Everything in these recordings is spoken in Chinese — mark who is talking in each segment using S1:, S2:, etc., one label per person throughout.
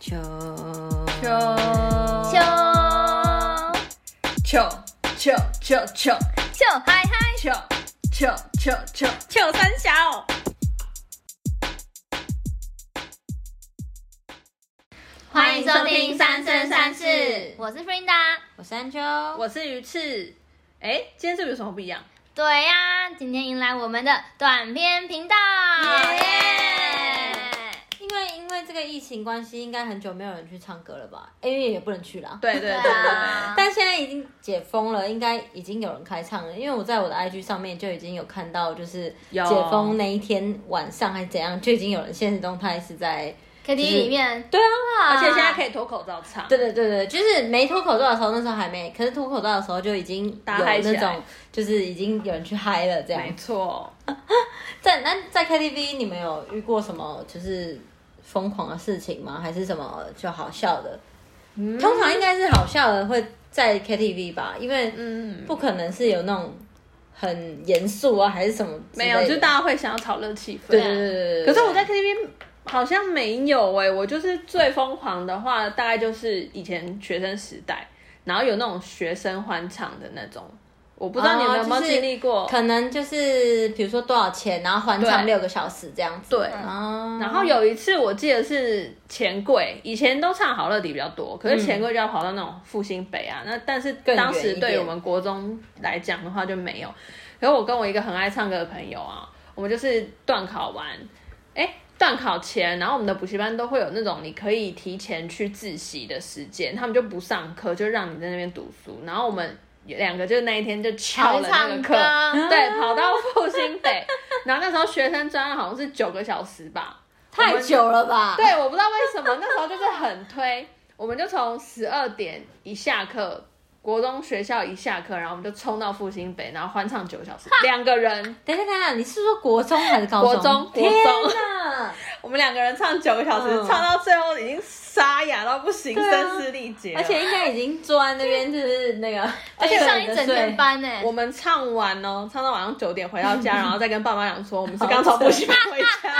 S1: 秋
S2: 秋
S1: 秋
S2: 秋秋秋秋
S1: 秋嗨嗨
S2: 秋秋秋秋，
S1: 秋三小，
S3: 欢迎收听《三生三世》，我是 Frida。
S1: 我是安秋，
S2: 我是鱼翅。哎、今天是不是有什么不一样？
S3: 对呀、今天迎来我们的短片频道，
S1: 耶
S3: 耶！
S1: 因为因为这个疫情关系，应该很久没有人去唱歌了吧？因为也不能去啦。
S2: 对对对
S3: 对
S2: 对
S3: 啊
S1: 但现在已经解封了，应该已经有人开唱了。因为我在我的 IG 上面就已经有看到，就是
S2: 有
S1: 解封那一天晚上还是怎样，就已经有人现实动态是在
S3: KTV 里面，
S1: 对啊，
S2: 而且现在可以脱口罩唱。
S1: 对对对对，就是没脱口罩的时候，那时候还没，可是脱口罩的时候就已经有
S2: 大嗨起来
S1: 那种，就是已经有人去嗨了这样
S2: 没。错，
S1: 在那在 KTV 你们有遇过什么就是疯狂的事情吗？还是什么就好笑的？
S2: 嗯
S1: 通常应该是好笑的会在 KTV 吧，因为
S2: 嗯，
S1: 不可能是有那种很严肃啊，还是什么之
S2: 没
S1: 类
S2: 有，
S1: 的
S2: 就是大家会想要炒热气氛。
S1: 对对对对对。
S2: 可是我
S1: 在
S2: 在 KTV 好像没有哎、我就是最疯狂的话，大概就是以前学生时代，然后有那种学生欢唱的那种，我不知道你们有没有经历过。
S1: 可能就是比如说多少钱，然后还唱
S2: 对
S1: 六个小时这样子。
S2: 对
S1: 啊，
S2: 然后有一次我记得是钱柜，以前都唱好乐迪比较多，可是钱柜就要跑到那种复兴北啊，那但是
S1: 嗯远
S2: 当时
S1: 一
S2: 对
S1: 点
S2: 我们国中来讲的话就没有。然后我跟我一个很爱唱歌的朋友啊，我们就是断考完，哎，断考前，然后我们的补习班都会有那种你可以提前去自习的时间，他们就不上课，就让你在那边读书。然后我们两个就那一天就翘了那个课，
S3: 跑去唱歌
S2: 对，跑到复兴北。然后那时候学生专案好像是九个小时吧，
S1: 太久了吧？
S2: 对，我不知道为什么那时候就是很推，我们就从十二点一下课，国中学校一下课，然后我们就冲到复兴北，然后欢唱九个小时，两个人，
S1: 等一下，等一下，你是说国中还是高
S2: 国
S1: 中
S2: 中，国
S1: 天
S2: 中，
S1: 哪！
S2: 我们两个人唱九个小时，
S1: 嗯
S2: 唱到最后已经沙哑到不行，
S1: 对啊
S2: 声嘶力竭了。
S1: 而且应该已经坐在那边，就是那 个，而
S3: 而且上一整天班呢，
S2: 我们唱完哦，唱到晚上九点回到家，然后再跟爸妈讲说我们是刚从补习班回家。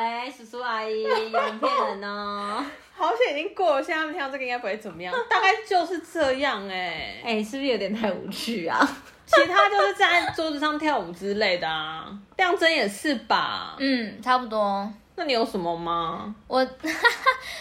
S1: 喂，叔叔阿姨，有人骗人哦！
S2: 好险已经过了，现在他们听到这个应该不会 怎么样，大概就是这样哎、
S1: 哎、是不是有点太无趣啊？
S2: 其他就是站在桌子上跳舞之类的啊。亮真也是吧？
S3: 嗯，差不多。
S2: 那你有什么吗？
S3: 我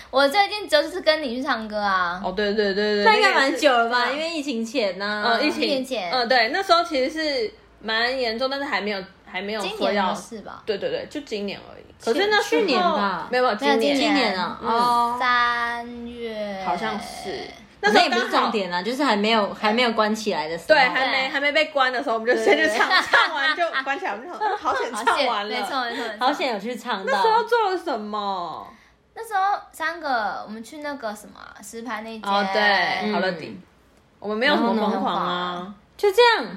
S3: 我最近就是跟你去唱歌啊，
S2: 哦，对对对对，
S1: 那应该蛮久了吧？因
S2: 那个也是
S1: 为疫情前呢、
S2: 嗯，疫
S3: 一年
S2: 情
S3: 前
S2: 嗯，对，那时候其实是蛮严重，但是还没有还没有
S3: 今
S2: 哦说
S3: 年
S2: 要
S3: 的，事吧？
S2: 对对对，就今年而已。可是那时候
S1: 去年吧
S2: 没有没有
S3: 没有
S2: 今
S1: 今
S3: 今
S1: 年啊、
S2: 嗯
S1: 哦，
S3: 三月
S2: 好像是。那
S1: 那
S2: 时候
S1: 也不是
S2: 刚好
S1: 重，点啦，就是还没有还没有关起来的时候，
S2: 对，还没还没被关的时候，我们就先去
S1: 对
S2: 唱，唱完就关起来，我们就想嗯好险
S3: 好
S2: 唱完
S3: 险，没
S2: 了。
S3: 错没错，没错
S1: 好。险有去唱到。
S2: 那时候做了什么？
S3: 那时候三个我们去那个什么啊石牌那间，
S2: 哦，对，
S1: 嗯
S2: 好了底，我们没有什
S1: 然
S2: 么
S1: 后呢
S2: 疯狂啊。
S1: 就这样，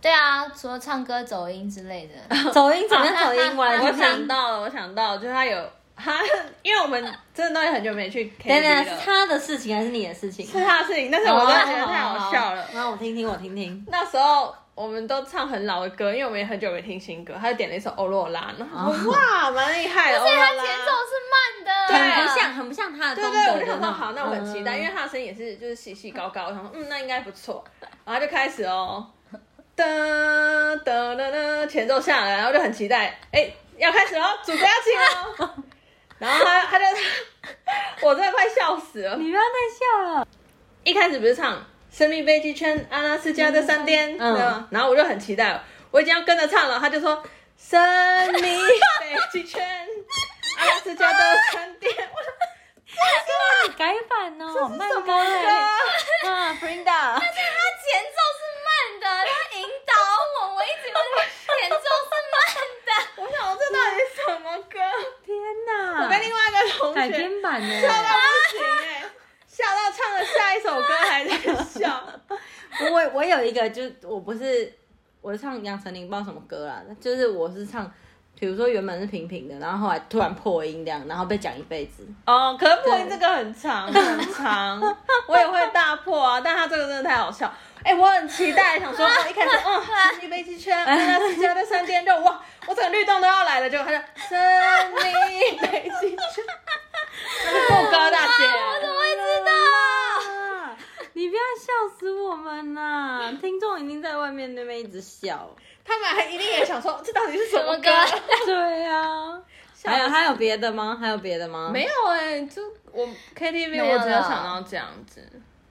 S3: 对啊，除了唱歌、走音之 类的，
S1: 走音怎么样？走音，我来
S2: 啊我
S1: 听
S2: 想
S1: 听。
S2: 到了，我想到了，就是他有他，因为我们真的都很久 没去 KTV
S1: 等等，
S2: 了，
S1: 是他哦的事情还是你的事情？啊哦
S2: 是他的事情，但是我真的觉得太好笑了。
S1: 那我听听，我听听。
S2: 那时候我们都唱很老的歌，因为我们也很久没听新歌，他就点了一首《欧若拉》，然后我
S1: 哦
S2: 说哇，蛮厉害的，欧
S3: 所以
S2: 若
S3: 它
S2: 拉。
S3: 前奏是慢的，
S2: 对啊
S1: 很不像，很不像他的嗯
S2: 对
S1: 风格。
S2: 对，我就想说好，那我很期待，因
S1: 为
S2: 为他的声音也是就是细细高高，我想说嗯，那应该不错，然后就开始哦，噔噔噔噔，前奏下来，然后就很期待，哎，要开始喽，主歌要进喽，哦然后他他就我真的快笑死了，
S1: 你不要再笑了。
S2: 一开始不是唱神秘北极圈阿拉斯加的山巅，
S1: 嗯
S2: 对吧？然后我就很期待了，我已经要跟着唱了，他就说神秘北极圈阿拉斯加的山巅，我说
S1: 你改版哦，慢歌哎。啊，Brenda，
S3: 前奏是慢的，它引导我，我一直以为前奏 是慢的，
S2: 我想我这到底是什么 歌？
S1: 天哪！
S2: 我跟另外一个同
S1: 改
S2: 学
S1: 编版呢？
S2: 笑到不行哎、笑到唱了下一首歌还在笑。
S1: 我我有一个，就是我不是我是唱杨丞琳不知道什么歌啦，就是我是唱，比如说原本是平平的，然后后来突然破音这样，然后被讲一辈子。
S2: 哦，可是破音这个很长很长， 我也会大破啊，但他这个真的太好笑。哎、我很期待，想 说，哦，一开始，嗯，神秘北极圈，呃那是加的三间肉，哇，我整个律动都要 来
S1: 啊
S2: 了，结果他就神秘北极圈，那是副歌大姐，
S1: 已经在外面那边一直笑。
S2: 他们还一定也想说，这到底是什么歌？
S3: 什么
S1: 对呀、还有还有别的吗？还有别的吗？
S2: 没有哎、就我 KTV
S3: 没有
S2: 我
S3: 了
S2: 只有想到这样子。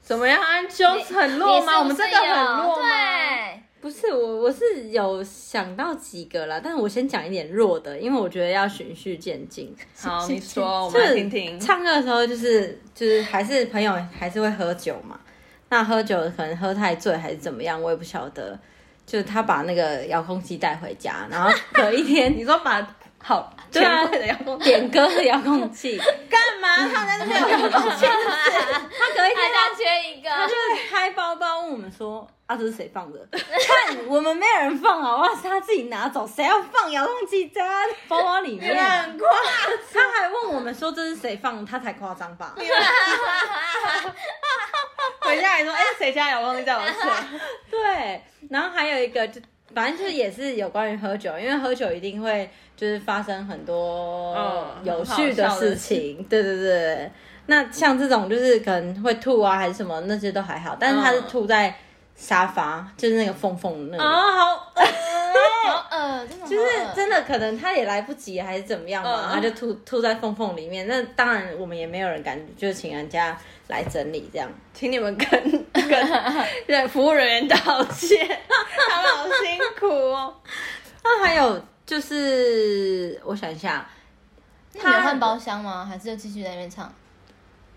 S2: 怎么样，安啾很 弱
S3: 你是不是
S2: 吗？我们真的很弱吗？
S3: 有对，
S1: 不是我，我是有想到几个啦，但是我先讲一点弱的，因为我觉得要循序渐进。
S2: 好，你说，我
S1: 就
S2: 们来
S1: 是
S2: 听听。
S1: 唱歌的时候，就是就是还是朋友还是会喝酒嘛。那喝酒可能喝太醉还是怎么样，我也不晓得。就是他把那个遥控器带回家，然后有一天
S2: 你说把好
S1: 对啊
S2: 前柜的遥控
S1: 点歌的遥控 器，
S2: 干嘛？他们在那边有遥控器，
S1: 他隔一天
S3: 大家缺一个，
S1: 他就开包包问我们说：“啊，这是谁放的？ 看我们没有人放好不好，哇，是他自己拿走，谁要放遥控器在他包包里 面？”
S2: 很快。
S1: 他还问我们说这是谁放的，他才夸张吧？
S2: 回家来说，哎、谁家遥控器在我车？
S1: 对，然后还有一个就反正就是也是有关于喝酒，因为喝酒一定会就是发生很多
S2: 嗯
S1: 有趣的事情， 对对对。那像这种就是可能会吐啊还是什么那些都还好，但是他是
S2: 嗯
S1: 吐在沙发，就是那个缝缝那里。
S2: 啊，好恶，
S3: 好
S2: 呃
S3: 恶，真的
S1: 就是
S3: 好恶
S1: 真的，可能他也来不及，还是怎么样嘛，
S2: 嗯
S1: 他就吐吐在缝缝里面。那当然，我们也没有人敢，就请人家来整理这 样。
S2: 请你们跟跟人服务人员道歉，他们好辛苦哦。
S1: 那还有就是，我想一下，
S3: 那你有换包厢吗？还是就继续在那 边唱？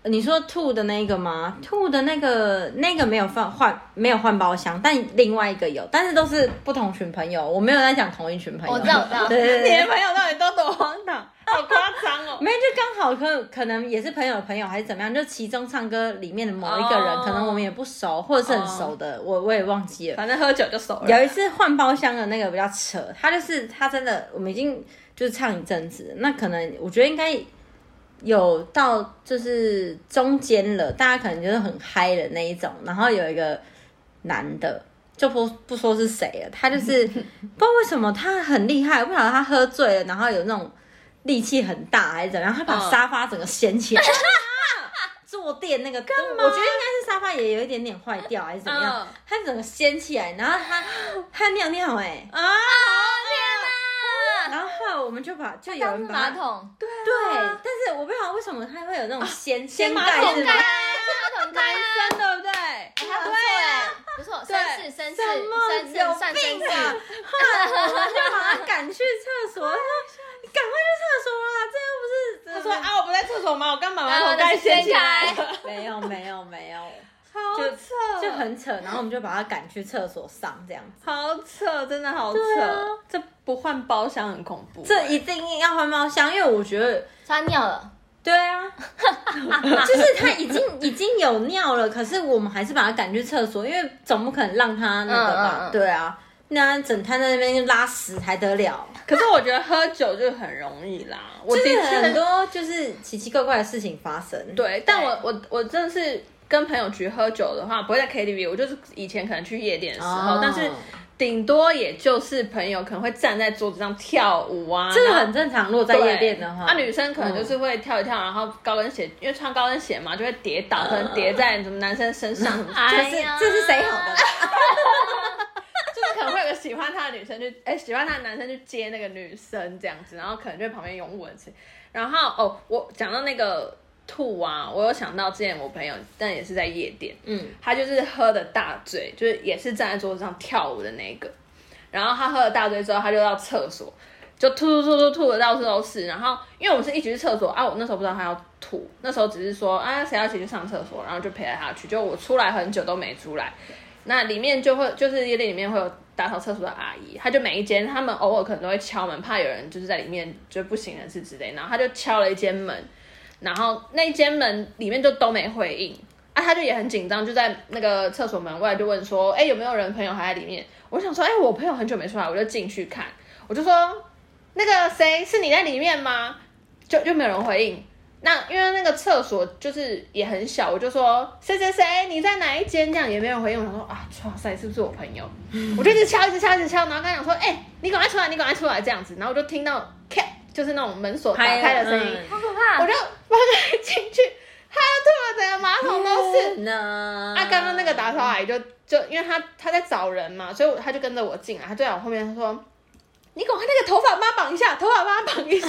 S1: 你说吐的那个吗？吐的那个那个没有放换没有换包厢，但另外一个有，但是都是不同群朋友，我没有在讲同一群朋友。
S3: 我哦知道，我知 道，
S1: 对对
S2: 你
S1: 对
S2: 的朋友到底都多荒唐，好夸张哦。
S1: 没有，就刚好可可能也是朋友的朋友还是怎么样，就其中唱歌里面的某一个人
S2: 哦
S1: 可能我们也不熟，或者是很熟的我我也忘记了。
S2: 反正喝酒就熟了。
S1: 有一次换包厢的那个比较扯，他就是他真的，我们已经就是唱一阵子，那可能我觉得应该有到就是中间了，大家可能就是很嗨的那一种，然后有一个男的。就不不说是谁了，他就是不知道为什么他很厉害，我不晓得他喝醉了，然后有那种力气很大还是怎么样，他把
S2: 嗯
S1: 沙发整个掀起来，啊坐垫那个干嘛？我觉得应该是沙发也有一点点坏掉还是怎么样
S2: 嗯，
S1: 他整个掀起来，然后他 他尿尿哎、
S2: 啊，
S1: 然后后来我们就把就有
S3: 当
S1: 人把
S3: 马
S1: 他
S3: 桶，对，
S1: 对，但是我不知道为什么他会有那种掀啊
S2: 掀
S1: 掀
S2: 马
S1: 盖
S2: 桶
S1: 子
S2: 盖
S1: 吗
S3: 马
S2: 男
S3: 桶盖啊，
S2: 生对不啊对？
S3: 还不错哎，不错，绅士，绅士，
S1: 什么
S3: 绅士，
S1: 有
S3: 算绅
S1: 病啊
S3: 士，！
S1: 后来我们就把他赶去厕所，说你赶快去厕所啊，这又不是
S2: 他说啊，我不在厕所吗？我刚把马
S3: 啊
S2: 桶
S3: 我
S2: 盖
S3: 在
S2: 掀起来，
S3: 掀开
S1: 没有没有没有，
S2: 好
S1: 就
S2: 扯，
S1: 就很扯，然后我们就把他赶去厕所上这样子。
S2: 好扯，真的好扯
S1: 对啊。
S2: 这不换包厢很恐怖。欸
S1: 这一定要换包厢，因为我觉得
S3: 他尿了，
S1: 对啊， 就是他已经已经有尿了，可是我们还是把他赶去厕所，因为总不可能让他那个吧？
S3: 嗯嗯嗯
S1: 对啊，那整摊在那边拉屎还得了？
S2: 可是我觉得喝酒就很容易 啦，我
S1: 就
S2: 的
S1: 是
S2: 确
S1: 很多就是奇奇怪怪的事情发生。
S2: 对，但我我我真的是跟朋友去喝酒的话，不会在 KTV，我就是以前可能去夜店的时候，
S1: 哦
S2: 但是顶多也就是朋友可能会站在桌子上跳舞啊，
S1: 这个
S2: 然后
S1: 很正常。如果在
S2: 对
S1: 夜店的话，
S2: 那、女生可能就是会跳一跳，然后高跟鞋，因为穿高跟鞋嘛，就会跌倒，可能跌在什么男生身上，啊什么
S1: 这
S3: 哎
S1: 是
S3: 呀
S1: 这是谁好的？
S2: 就是可能会有个喜欢他的女生去，哎、喜欢他的男生去接那个女生这样子，然后可能就在旁边拥吻起。然后哦，我讲到那个吐啊，我有想到之前我朋友，但也是在夜店，
S1: 嗯，
S2: 他就是喝的大醉，就是也是站在桌子上跳舞的那个。然后他喝了大醉之后，他就到厕所，就吐吐吐吐吐的到处都是。然后因为我们是一起去厕所啊，我那时候不知道他要吐，那时候只是说啊谁要一起去上厕所，然后就陪着他去。就我出来很久都没出来，那里面就会就是夜店里面会有打扫厕所的阿姨，她就每一间，他们偶尔可能都会敲门，怕有人就是在里面就不省人事之类，然后她就敲了一间门，然后那间门里面就都没回应，啊，她就也很紧张，就在那个厕所门外就问说，哎、有没有人朋友还在里面？我想说，哎、我朋友很久没出来，我就进去看，我就说那个谁是你在里面吗？就就没有人回应。那因为那个厕所就是也很小，我就说谁谁谁你在哪一间这样也没有人回应。我想说啊，哇塞，是不是我朋友？我就一直敲，一直敲，一直敲，然后跟他讲说，哎、你赶快出来，你赶快出来这样子。然后我就听到咔，就是那种门锁打开的声音，
S1: 嗯
S3: 好 可怕
S1: 嗯
S2: 我就把他进去，他要吐了，整个马桶都是。
S1: 呢，
S2: 啊，刚刚刚那个打扫阿姨就就因为她她在找人嘛，所以我她就跟着我进来，她就在我后面她说。你赶快那个头发帮她绑一下，头发帮她绑 一下，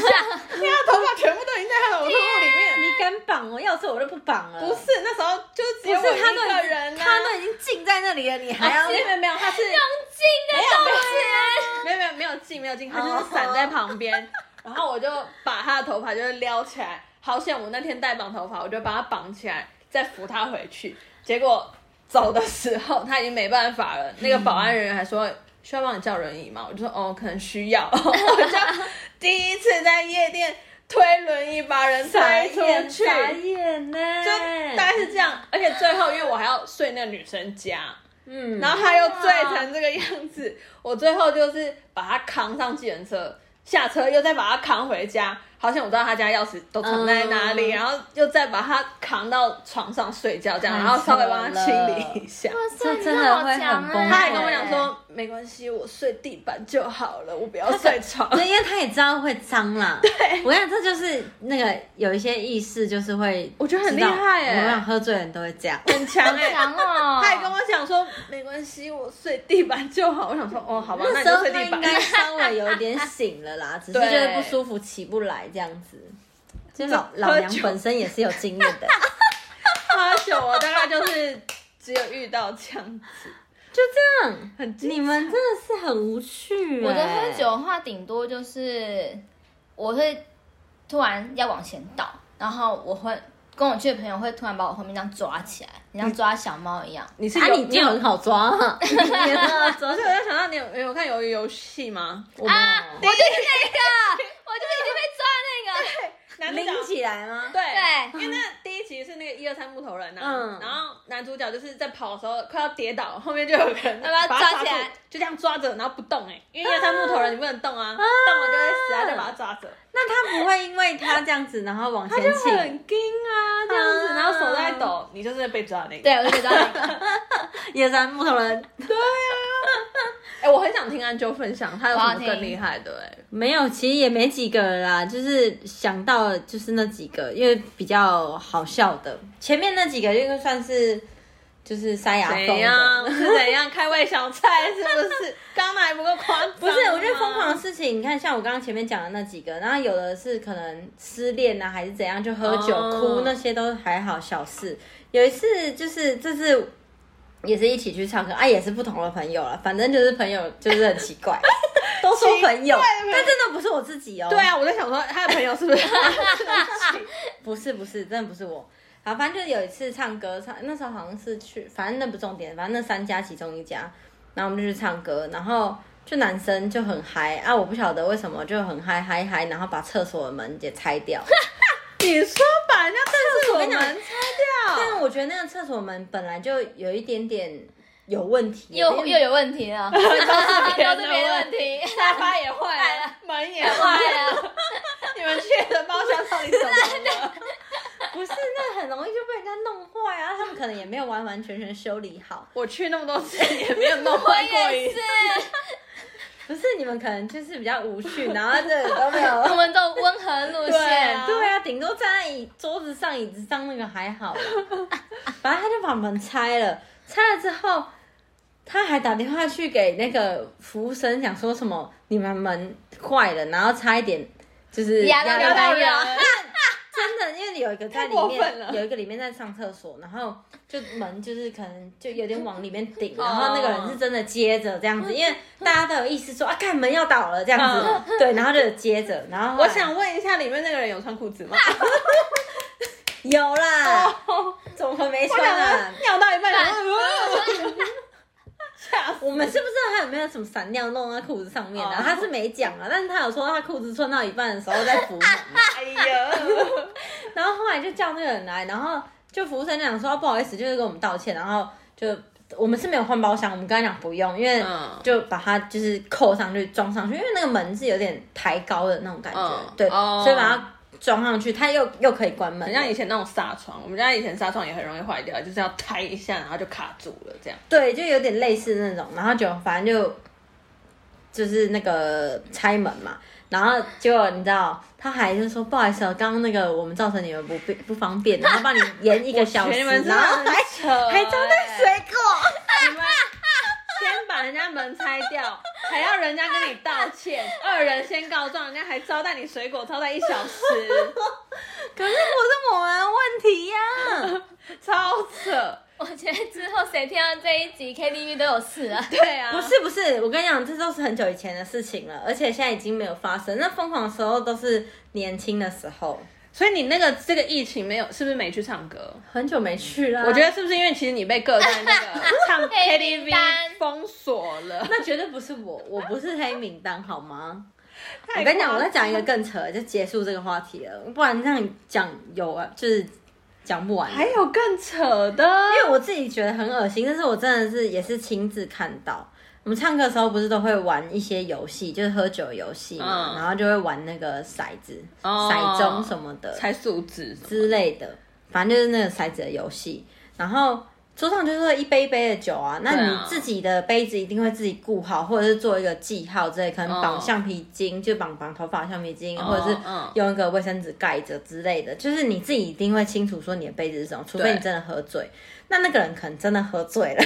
S2: 因为她头发全部都已经在她的头发里面。
S1: 你敢绑哦？要是我就不绑了。
S2: 不是那时候就是只
S1: 不
S2: 有
S1: 是，
S2: 我
S1: 他
S2: 一
S1: 都
S2: 个人啊
S1: 已
S2: 呐、
S1: 他都已经浸在那里了，你还要
S2: 哎没有没有没有，他是
S3: 进的动物
S2: 没有没有没有进没有进，他就是散在旁边， 然后我就把他的头发就是撩起来，好险我那天带绑头发，我就把他绑起来，再扶他回去。结果走的时候他已经没办法了，那个保安人员还说。需要帮你叫人椅吗？我就说哦，可能需要。我就哦第一次在夜店推轮椅把人推出去，
S1: 傻眼呢、
S2: 就大概是这样。而且最后因为我还要睡那女生家，
S1: 嗯，
S2: 然后他又醉成这个样 子，我最后就是把他扛上计程车，下车又再把他扛回家。好像我知道他家钥匙都藏在哪里，
S1: 嗯
S2: 然后又再把他扛到床上睡觉，这样，
S1: 太
S2: 然后稍微
S1: 扯
S2: 帮他清理一下。
S3: 哇
S1: 这
S3: 塞，
S1: 真的
S3: 你好
S1: 会很
S3: 强
S1: 崩
S3: 哎！
S1: 溃
S2: 他还跟我讲说，没关系，我睡地板就好了，我不要睡床。
S1: 对，因为他也知道会脏啦。对，我想这就是那个有一些意识，就是会，
S2: 我觉得很厉害耶
S1: 我想喝醉的人都会这样。
S2: 很强哎、
S3: 强哦！
S2: 他还跟我讲说，没关系，我睡地板就好。我想说， 哦，好吧，那
S1: 那 时
S2: 你就
S1: 候
S2: 睡
S1: 他
S2: 地
S1: 应
S2: 板。
S1: 该稍微有点醒了 啦，只是
S2: 对
S1: 觉得不舒服，起不来这样子。其实老
S2: 这
S1: 老
S2: 喝
S1: 娘
S2: 酒
S1: 本身也是有经验 的，
S2: 喝酒，我大概就是只有遇到这样子，
S1: 就这样。
S2: 很精
S1: 你们真的是很无趣、欸。
S3: 我的喝酒的话，顶多就是我会突然要往前倒，然后我会跟我去的朋友会突然把我后面这样抓起来，你像抓小猫一样。
S2: 你是
S1: 啊，
S2: 有
S1: 你你很好抓、啊，你也很好抓
S2: 而且我在想到你有有看鱿鱼游戏吗？
S1: 我
S2: 啊
S1: 们
S3: 啊我就是那个，我就是已经被抓那个。
S2: 男主角
S1: 拎起来吗？
S2: 对，
S3: 对
S2: 因为那第一集是那个一二三木头人呐、啊
S1: 嗯
S2: 然后男主角就是在跑的时候快要跌倒，后面就有个 人
S3: 要不要
S2: 把
S3: 抓
S2: 他
S3: 起
S2: 住
S3: 来，
S2: 就这样抓着，然后不动哎、因为一二三木头人你不能动啊，动了就会死，他就把他抓着，
S1: 那他不会因为他这样子，然后往前
S2: 就
S1: 倾，
S2: 很惊啊这样子，
S1: 啊
S2: 然后手在抖，你就是被抓的那个。
S3: 对，我就被抓 那个。
S1: 野山木头人
S2: 哎、我很想听安啾分享他有什
S3: 我要
S2: 么
S3: 听
S2: 更厉害的哎、
S1: 没有，其实也没几个了啦，就是想到的就是那几个，因为比较好笑的，前面那几个就算是就是塞牙缝
S2: 怎
S1: 的。
S2: 样？是怎样？开胃小菜是不是？刚买不够夸张吗？
S1: 不
S2: 不
S1: 是，我觉得疯狂的事情，你看，像我刚刚前面讲的那几个，然后有的是可能失恋啊，还是怎样，就喝酒、
S2: 哦
S1: 哭那些都还好小事。有一次就是这次也是一起去唱歌啊，也是不同的朋友了，反正就是朋友就是很奇怪，都说朋友，但真的不是我自己哦。
S2: 对啊，我在想说他的朋友是 不是？
S1: 不是不是，真的不是我。好，反正就有一次唱歌，唱那时候好像是去，反正那不重点，反正那三家其中一家，然后我们就去唱歌，然后就男生就很嗨啊，我不晓得为什么就很嗨嗨嗨，然后把厕所的门也拆 掉。
S2: 你说把人家厕所门拆 掉，
S1: 但我觉得那个厕所门本来就有一点点有问题，因
S3: 又
S1: 为
S3: 又有问题啊了，都
S2: 是别人的
S3: 是别人的问题，
S2: 沙发也坏 了，门也坏了。
S3: 坏了。
S2: 你们去的包厢到底 怎么了？
S1: 不是那很容易就被人家弄坏啊，他们可能也没有完完全全修理好。
S2: 我去那么多次也没有弄
S3: 我
S2: 坏过
S3: 也
S2: 一
S3: 是
S2: 次。，
S1: 不是你们可能就是比较无趣，然后这里都没有
S3: 我们走温和路线。
S2: 啊
S1: 对啊，顶多站在椅桌子上、椅子上那个还好 啦，反正他就把门拆了，拆了之后，他还打电话去给那个服务生，讲说什么你们门坏了，然后差一点就是
S3: 压到
S2: 聊到
S3: 朋友
S2: 人，
S1: 真的，因为有一个在
S2: 太
S1: 里
S2: 过分
S1: 面，
S2: 了
S1: 有一个里面在上厕所，然后就门就是可能就有点往里面 顶，
S2: 哦
S1: 然后那个人是真的接着这样子，因为大家都有意识说啊，看门要倒了这样子， 对，然后就接着，然后后
S2: 我
S1: 来
S2: 想问一下，里面那个人有穿裤子吗？
S1: 有啦，
S2: 哦，
S1: 怎么会没
S2: 我
S1: 穿
S2: 想
S1: 啊
S2: 说？尿到一 半，然后吓死
S1: 我们是不知道他有没有什么闪尿弄在裤子上面啊
S2: 哦
S1: 他是没讲啊，但是他有说他裤子穿到一半的时候在扶门嘛，
S2: 哎呀！
S1: 然后后来就叫那个人来，然后就服务生讲说、啊不好意思，就是跟我们道歉，然后就我们是没有换包厢，我们跟他讲不用，因为
S2: 嗯
S1: 就把它就是扣上去装上去，因为那个门是有点抬高的那种感觉，
S2: 嗯
S1: 对，
S2: 哦
S1: 所以把它装上去，它又又可以关门，
S2: 很像以前那种纱窗，我们家以前纱窗也很容易坏掉，就是要抬一下，然后就卡住了这样。
S1: 对，就有点类似那种，然后就反正就就是那个拆门嘛，然后结果你知道，他还是说不好意思、哦，刚刚那个我们造成你们不便不方便，然后帮你延一个 小时，
S2: 你们真的
S1: 然后
S2: 很
S1: 还
S2: 扯欸，
S1: 还招待水果，
S2: 你们先把人家门拆掉，还要人家跟你道歉，二人先告状，人家还招待你水果，招待一小时，
S1: 可是不是我们的问题呀、
S2: 超扯。
S3: 我觉得之后谁听到这一集 KTV 都有事 了。
S2: 对啊，
S1: 不是不是，我跟你讲，这都是很久以前的事情了，而且现在已经没有发生。那疯狂的时候都是年轻的时候，
S2: 所以你那个这个疫情没有，是不是没去唱歌？
S1: 很久没去了。啊
S2: 我觉得是不是因为其实你被各在那个唱
S3: 黑名
S2: KTV
S3: 单
S2: 封锁了？
S1: 那绝对不是我，我不是黑名单好吗？我跟你讲，我再讲一个更扯的，就结束这个话题了，不然这样讲有啊，就是讲不完。
S2: 还有更扯的，
S1: 因为我自己觉得很恶心，但是我真的是也是亲自看到。我们唱歌的时候不是都会玩一些游戏，就是喝酒游戏嘛，
S2: 嗯
S1: 然后就会玩那个骰子、
S2: 哦
S1: 骰盅什么的，
S2: 才数字
S1: 之类的，反正就是那个骰子的游戏。然后桌上就是会一杯一杯的酒啊，那
S2: 对
S1: 你
S2: 啊
S1: 自己的杯子一定会自己顾好，或者是做一个记号之类，可能绑
S2: 嗯
S1: 橡皮筋，就绑绑头发橡皮筋，
S2: 哦
S1: 或者是
S2: 嗯
S1: 用一个卫生纸盖着之类的，就是你自己一定会清楚说你的杯子是什么，除非
S2: 对
S1: 你真的喝醉。那那个人可能真的喝醉了，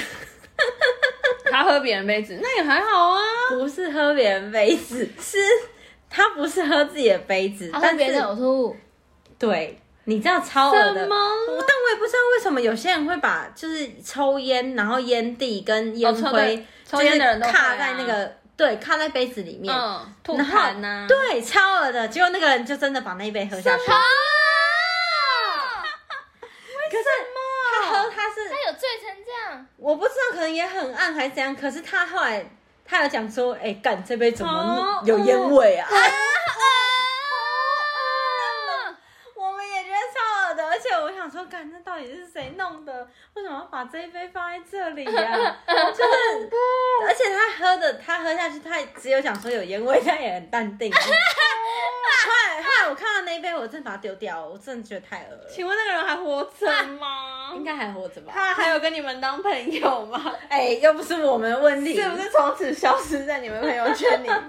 S2: 他喝别人杯子，那也还好啊。
S1: 不是喝别人杯子， 是他不是喝自己的杯子，
S3: 他
S1: 但
S3: 会
S1: 是
S3: 别人呕吐 物，
S1: 对，你知道超恶的
S2: 什么
S1: 我但我也不知道为什么有些人会把就是抽烟，然后烟蒂跟烟
S2: 哦抽
S1: 灰、
S2: 的抽烟的人都
S1: 就是
S2: 会啊
S1: 卡在那个对卡在杯子里面，
S2: 嗯，吐
S1: 然后
S2: 痰呐、
S1: 对，超恶的。结果那个人就真的把那一杯喝下去，可是他喝他是
S3: 他有醉成这 样，
S1: 我不知道，可能也很暗还是怎样，可是他后来他有讲说，哎、干这杯怎么
S2: 好
S1: 有烟味
S2: 哦
S1: 啊？
S3: 啊
S1: 我们也觉得超恶的，而且我想说，干，那到底是谁弄的？为什么要把这一杯放在这里 呀、就是，而且他喝的，他喝下去，他只有讲说有烟味，但也很淡定。后来，后来我看到那一杯，我真的把它丢掉了，我真的觉得太恶了。
S2: 请问那个人还活着吗？
S1: 应该还活着吧？
S2: 他还有跟你们当朋 友吗？
S1: 哎、又不是我们的问题，
S2: 是不？是从此消失在你们朋友圈 里面？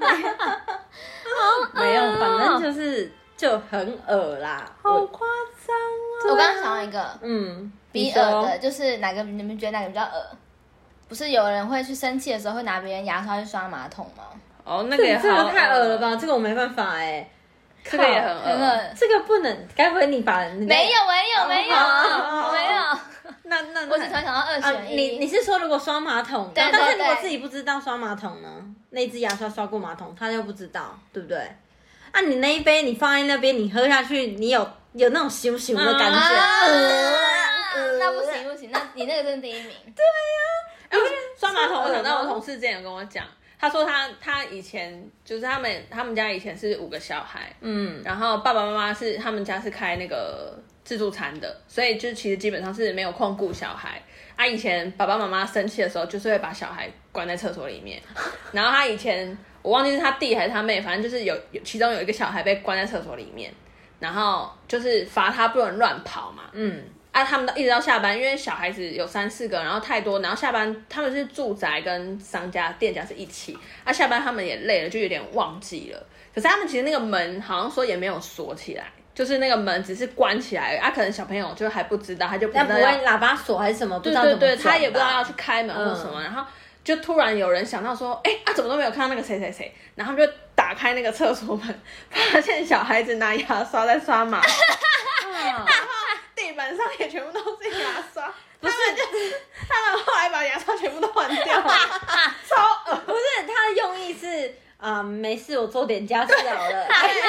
S1: 没有，反正就是就很恶啦。
S2: 好
S1: 我
S2: 夸张啊！
S3: 我刚刚想到一个
S1: 嗯，
S3: 比
S1: 你
S3: 耳
S1: 说
S3: 的，就是哪个你们觉得哪个比较耳？不是有人会去生气的时候会拿别人牙刷去刷马桶吗？
S2: 哦，那
S1: 这
S2: 个也
S1: 个这
S2: 好
S1: 个太恶了吧？？这个我没办法哎、
S2: 这个也很
S3: 很
S2: 恶。
S3: 恶。
S1: 这个不能，该不会你把人家
S3: 没有，没有，没有，
S1: 哦
S3: 没有。
S2: 那那
S3: 我只突然想到二
S1: 啊？
S3: 选一。
S1: 你你是说如果刷马桶，
S3: 对对
S1: 但是如
S3: 对
S1: 果自己不知道刷马桶呢？那只牙刷刷过马桶，他就不知道，对不对？啊，你那一杯你放在那边，你喝下去，你有有那种熊熊的感觉，
S3: 啊
S1: 呃呃
S3: 嗯那不行不行，那你那个真的第一名。
S2: 哎我刷马桶，我想到我同事之前有跟我讲，他说他他以前就是他们他们家以前是五个小孩，
S1: 嗯，
S2: 然后爸爸妈妈是他们家是开那个自助餐的，所以就其实基本上是没有空顾小孩。啊，以前爸爸妈妈生气的时候，就是会把小孩关在厕所里面。然后他以前我忘记是他弟还是他妹，反正就是有有其中有一个小孩被关在厕所里面，然后就是罚他不能乱跑嘛。
S1: 嗯，
S2: 啊，他们到一直到下班，因为小孩子有三四个，然后太多，然后下班他们是住宅跟商家、店家是一起，啊，下班他们也累了，就有点忘记了。可是他们其实那个门好像说也没有锁起来，就是那个门只是关起来，啊，可能小朋友就还不知道，他就不知
S1: 那
S2: 道
S1: 不
S2: 要
S1: 会喇叭锁还是什么？不知
S2: 对
S1: 道怎
S2: 对
S1: 么
S2: 对，
S1: 转
S2: 他也不知道
S1: 吧
S2: 要去开门或什么，
S1: 嗯
S2: 然后就突然有人想到说，哎、啊，怎么都没有看到那个谁谁谁，然后他们就打开那个厕所门，发现小孩子拿牙刷在刷
S1: 啊
S2: 马桶， 然后地板上也全部都是牙 刷。不是，就是他们后来把牙刷全部都换掉 了，超恶
S1: 不是他的用意是啊、没事，我做点家事好 了，还是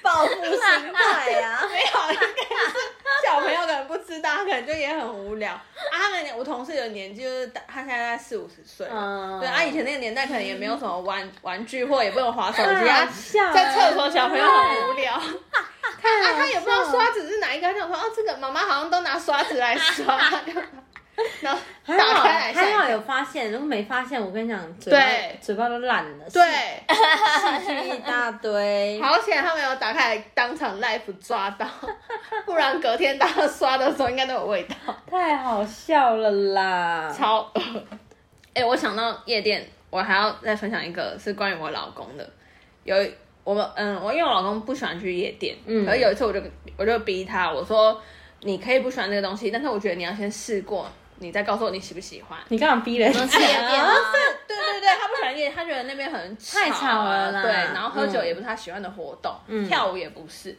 S1: 报复心态呀、 啊？
S2: 没有，应该是小朋友可能不知道，他可能就也很无聊。啊，他们我同事有年纪就是大他现在四五十岁了，
S1: 嗯
S2: 对啊，以前那个年代可能也没有什么玩玩具或也不能滑手机
S1: 啊
S2: 啊，
S1: 笑
S2: 在厕所小朋友很无聊，啊，
S1: 看
S2: 他也不知道刷子是哪一个，他想说哦，这个妈妈好像都拿刷子来刷，然后
S1: 还
S2: 打
S1: 好
S2: 开
S1: 还
S2: 来
S1: 好
S2: 晒。
S1: 啊有发现，如果没发现，我跟你讲，嘴巴
S2: 对
S1: 嘴巴都烂了，
S2: 对，
S1: 细菌一大堆。
S2: 好险他们有打开来当场 live 抓到，不然隔天大家刷的时候应该都有味道。
S1: 太好笑了啦！
S2: 超恶。哎、我想到夜店，我还要再分享一个是关于我老公的。有一我们嗯，我因为我老公不喜欢去夜店，嗯，可是有一次我就我就逼他，我说你可以不喜欢这个东西，但是我觉得你要先试过，你再告诉我你喜不喜欢。
S1: 你干嘛逼人
S3: 我
S2: 嗯
S1: 家？
S2: 啊
S3: 们吃夜店吗？
S2: 对对对，他不喜欢夜店，他觉得那边很吵啊
S1: 太吵了啦
S2: 对，然后喝酒
S1: 嗯
S2: 也不是他喜欢的活动，跳舞也不是。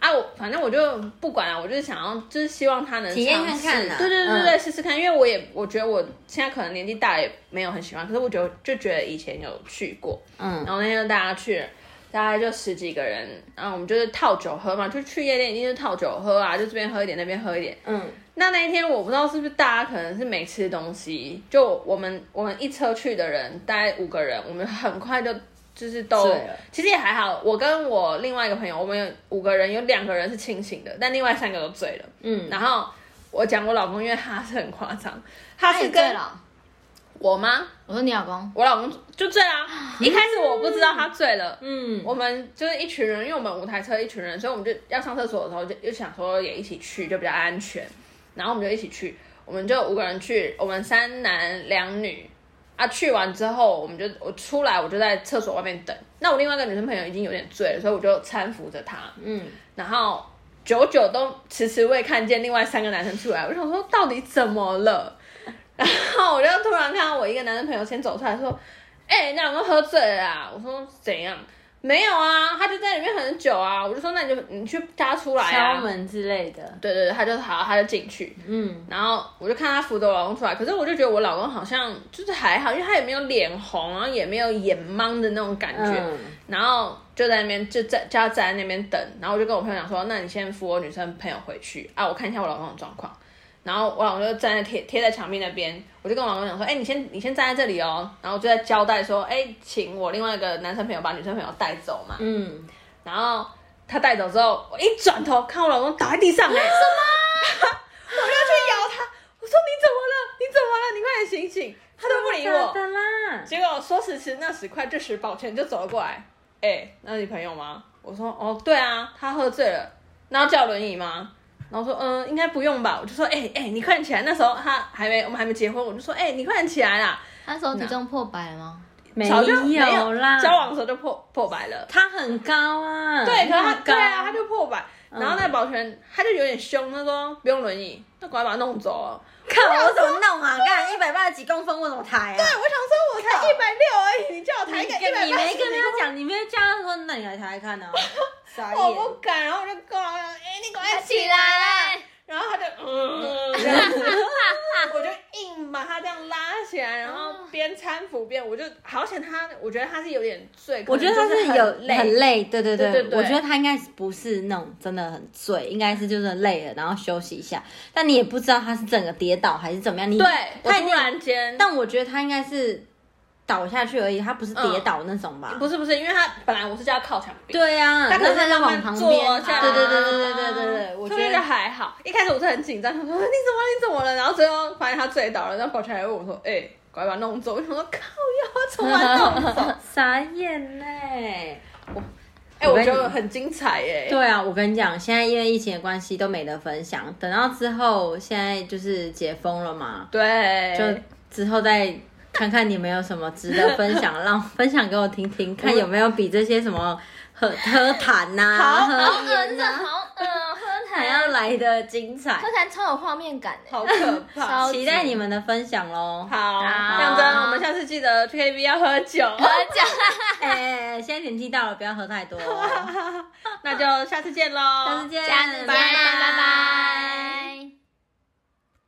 S2: 啊，我反正我就不管啊了，我就是想要，就是希望他能
S1: 体验
S2: 尝
S1: 看
S2: 试
S1: 看啊嗯啦
S2: 对对对对，试试看。因为我也我觉得我现在可能年纪大了也没有很喜欢，可是我觉得就觉得以前有去过，
S1: 嗯
S2: 然后那天就大家去了，大概就十几个人，然后我们就是套酒喝嘛，就去夜店一定是套酒喝啊，就这边喝一点，那边喝一点。
S1: 嗯，
S2: 那那一天我不知道是不是大家可能是没吃东西，就我们我们一车去的人大概五个人，我们很快就就是都
S1: 醉了，
S2: 其实也还好。我跟我另外一个朋友，我们有五个人，有两个人是清醒的，但另外三个都醉了。
S1: 嗯
S2: 然后我讲我老公，因为他是很夸张，他
S3: 他
S2: 是
S3: 也醉
S2: 跟
S3: 哎了。
S2: 我吗？
S3: 我说你老公，
S2: 我老公就醉啦、一开始我不知道他醉了，
S1: 嗯，
S2: 我们就是一群人，因为我们五台车一群人，所以我们就要上厕所的时候就就想说也一起去，就比较安全。然后我们就一起去，我们就五个人去，我们三男两女啊。去完之后，我们就我出来，我就在厕所外面等。那我另外一个女生朋友已经有点醉了，所以我就搀扶着她，
S1: 嗯，
S2: 然后久久都迟迟未看见另外三个男生出来，我就想说到底怎么了？ 然后我就突然看到我一个男生朋友先走出来说：“哎、那我们喝醉了啊！”我说：“怎样？”没有啊，他就在里面很久啊。我就说：“那你就你去叫他出来
S1: 敲
S2: 啊。”
S1: 门之类的，
S2: 对对对，他就好，他就进去。
S1: 嗯，
S2: 然后我就看他扶着我老公出来，可是我就觉得我老公好像就是还好，因为他也没有脸红，然后也没有眼懵的那种感觉。
S1: 嗯
S2: 然后就在那边就在就要站在那边等，然后我就跟我朋友讲说，那你先扶我女生朋友回去啊，我看一下我老公的状况。然后我老公就站在贴贴在墙壁那边，我就跟我老公讲说，哎、你先你先站在这里哦。然后我就在交代说，哎、请我另外一个男生朋友把女生朋友带走嘛。
S1: 嗯，
S2: 然后他带走之后，我一转头看我老公倒在地上、
S1: 啊
S2: 哎，什么？ 我就去摇他，我说你怎么了？你怎么了？你快点醒醒！他都不理我。
S1: 真的啦，
S2: 结果说时迟，那时快，这时抱歉就走了过来。哎、那你朋友吗？我说哦，对啊，他喝醉了。那要叫轮椅吗？然后说嗯、应该不用吧。我就说哎哎、你快点起来。那时候他还没，我们还没结婚，我就说哎、你快点起来啦。
S3: 那时候体重破百了吗？
S1: 没
S2: 早就没
S1: 有啦，
S2: 交往的时候就破破百了。
S1: 他很高啊，
S2: 对，可是他
S1: 很
S2: 对
S1: 高
S2: 啊，他就破百。然后那
S1: 嗯
S2: 保全他就有点凶，他说不用轮椅，那赶快把他弄走了。
S1: 看我怎么弄啊，看一百八十几公分我怎么抬啊？
S2: 哎对，我想说我才一百六而已，你叫我抬一
S1: 你
S2: 个
S1: 跟
S2: 一百
S1: 你没跟他讲，你没有叫他说，那你来抬看啊，傻
S2: 我
S1: 眼，
S2: 不敢，然后我就跟我老公讲，哎、你赶快起来。
S3: 来！
S2: 然后他就嗯，这样子我就硬把他这样拉起来，然后边搀扶边，我就好险他，我觉得他是有点醉，可
S1: 我觉得他
S2: 能就是
S1: 有
S2: 累，
S1: 很累，对对对，
S2: 对对对
S1: 我觉得他应该不是那种真的很醉，应该是就是累了，然后休息一下。但你也不知道他是整个跌倒还是怎么样，你
S2: 对，我
S1: 他一
S2: 突
S1: 定，
S2: 然间，
S1: 但我觉得他应该是倒下去而已，他不是跌倒那种吧？
S2: 不是不是，因为他本来我是叫他靠墙壁，
S1: 对呀、啊，
S2: 他可能
S1: 那就
S2: 慢慢
S1: 往旁
S2: 坐
S1: 边，
S2: 这样
S1: 对对对对对对对对，我
S2: 就
S1: 觉
S2: 觉得
S1: 得
S2: 还好。一开始我是很紧张，他说你怎么了你怎么了，然后最后发现他醉倒了，然后跑起来问我说，哎、赶快把他弄走，我想说靠要从哪弄走？
S1: 傻眼嘞。
S2: 哎、我觉得很精彩耶、
S1: 对啊，我跟你讲，现在因为疫情的关系都没得分享，等到之后现在就是解封了嘛，
S2: 对，
S1: 就之后再看看你们有什么值得分享，让分享给我听听，看有没有比这些什么喝喝谈呐、
S2: 好
S3: 好
S1: 喝
S3: 恶
S1: 烟
S3: 真
S1: 呐、
S3: 的好恶，喝
S1: 还
S3: 台啊
S1: 要，来的精彩
S3: 喝。台超有画面感的。
S2: 好可怕。
S3: 超级
S1: 期待你们的分享喽！
S2: 好，
S3: 好
S2: 亮真，我们下次记得去 KTV 要喝 酒。
S3: 我 讲，
S1: 哎、现在年纪到了，不要喝太多哦。
S2: 那就下次见喽，
S1: 下次见，
S3: 下次见，拜
S1: 拜
S3: 拜拜。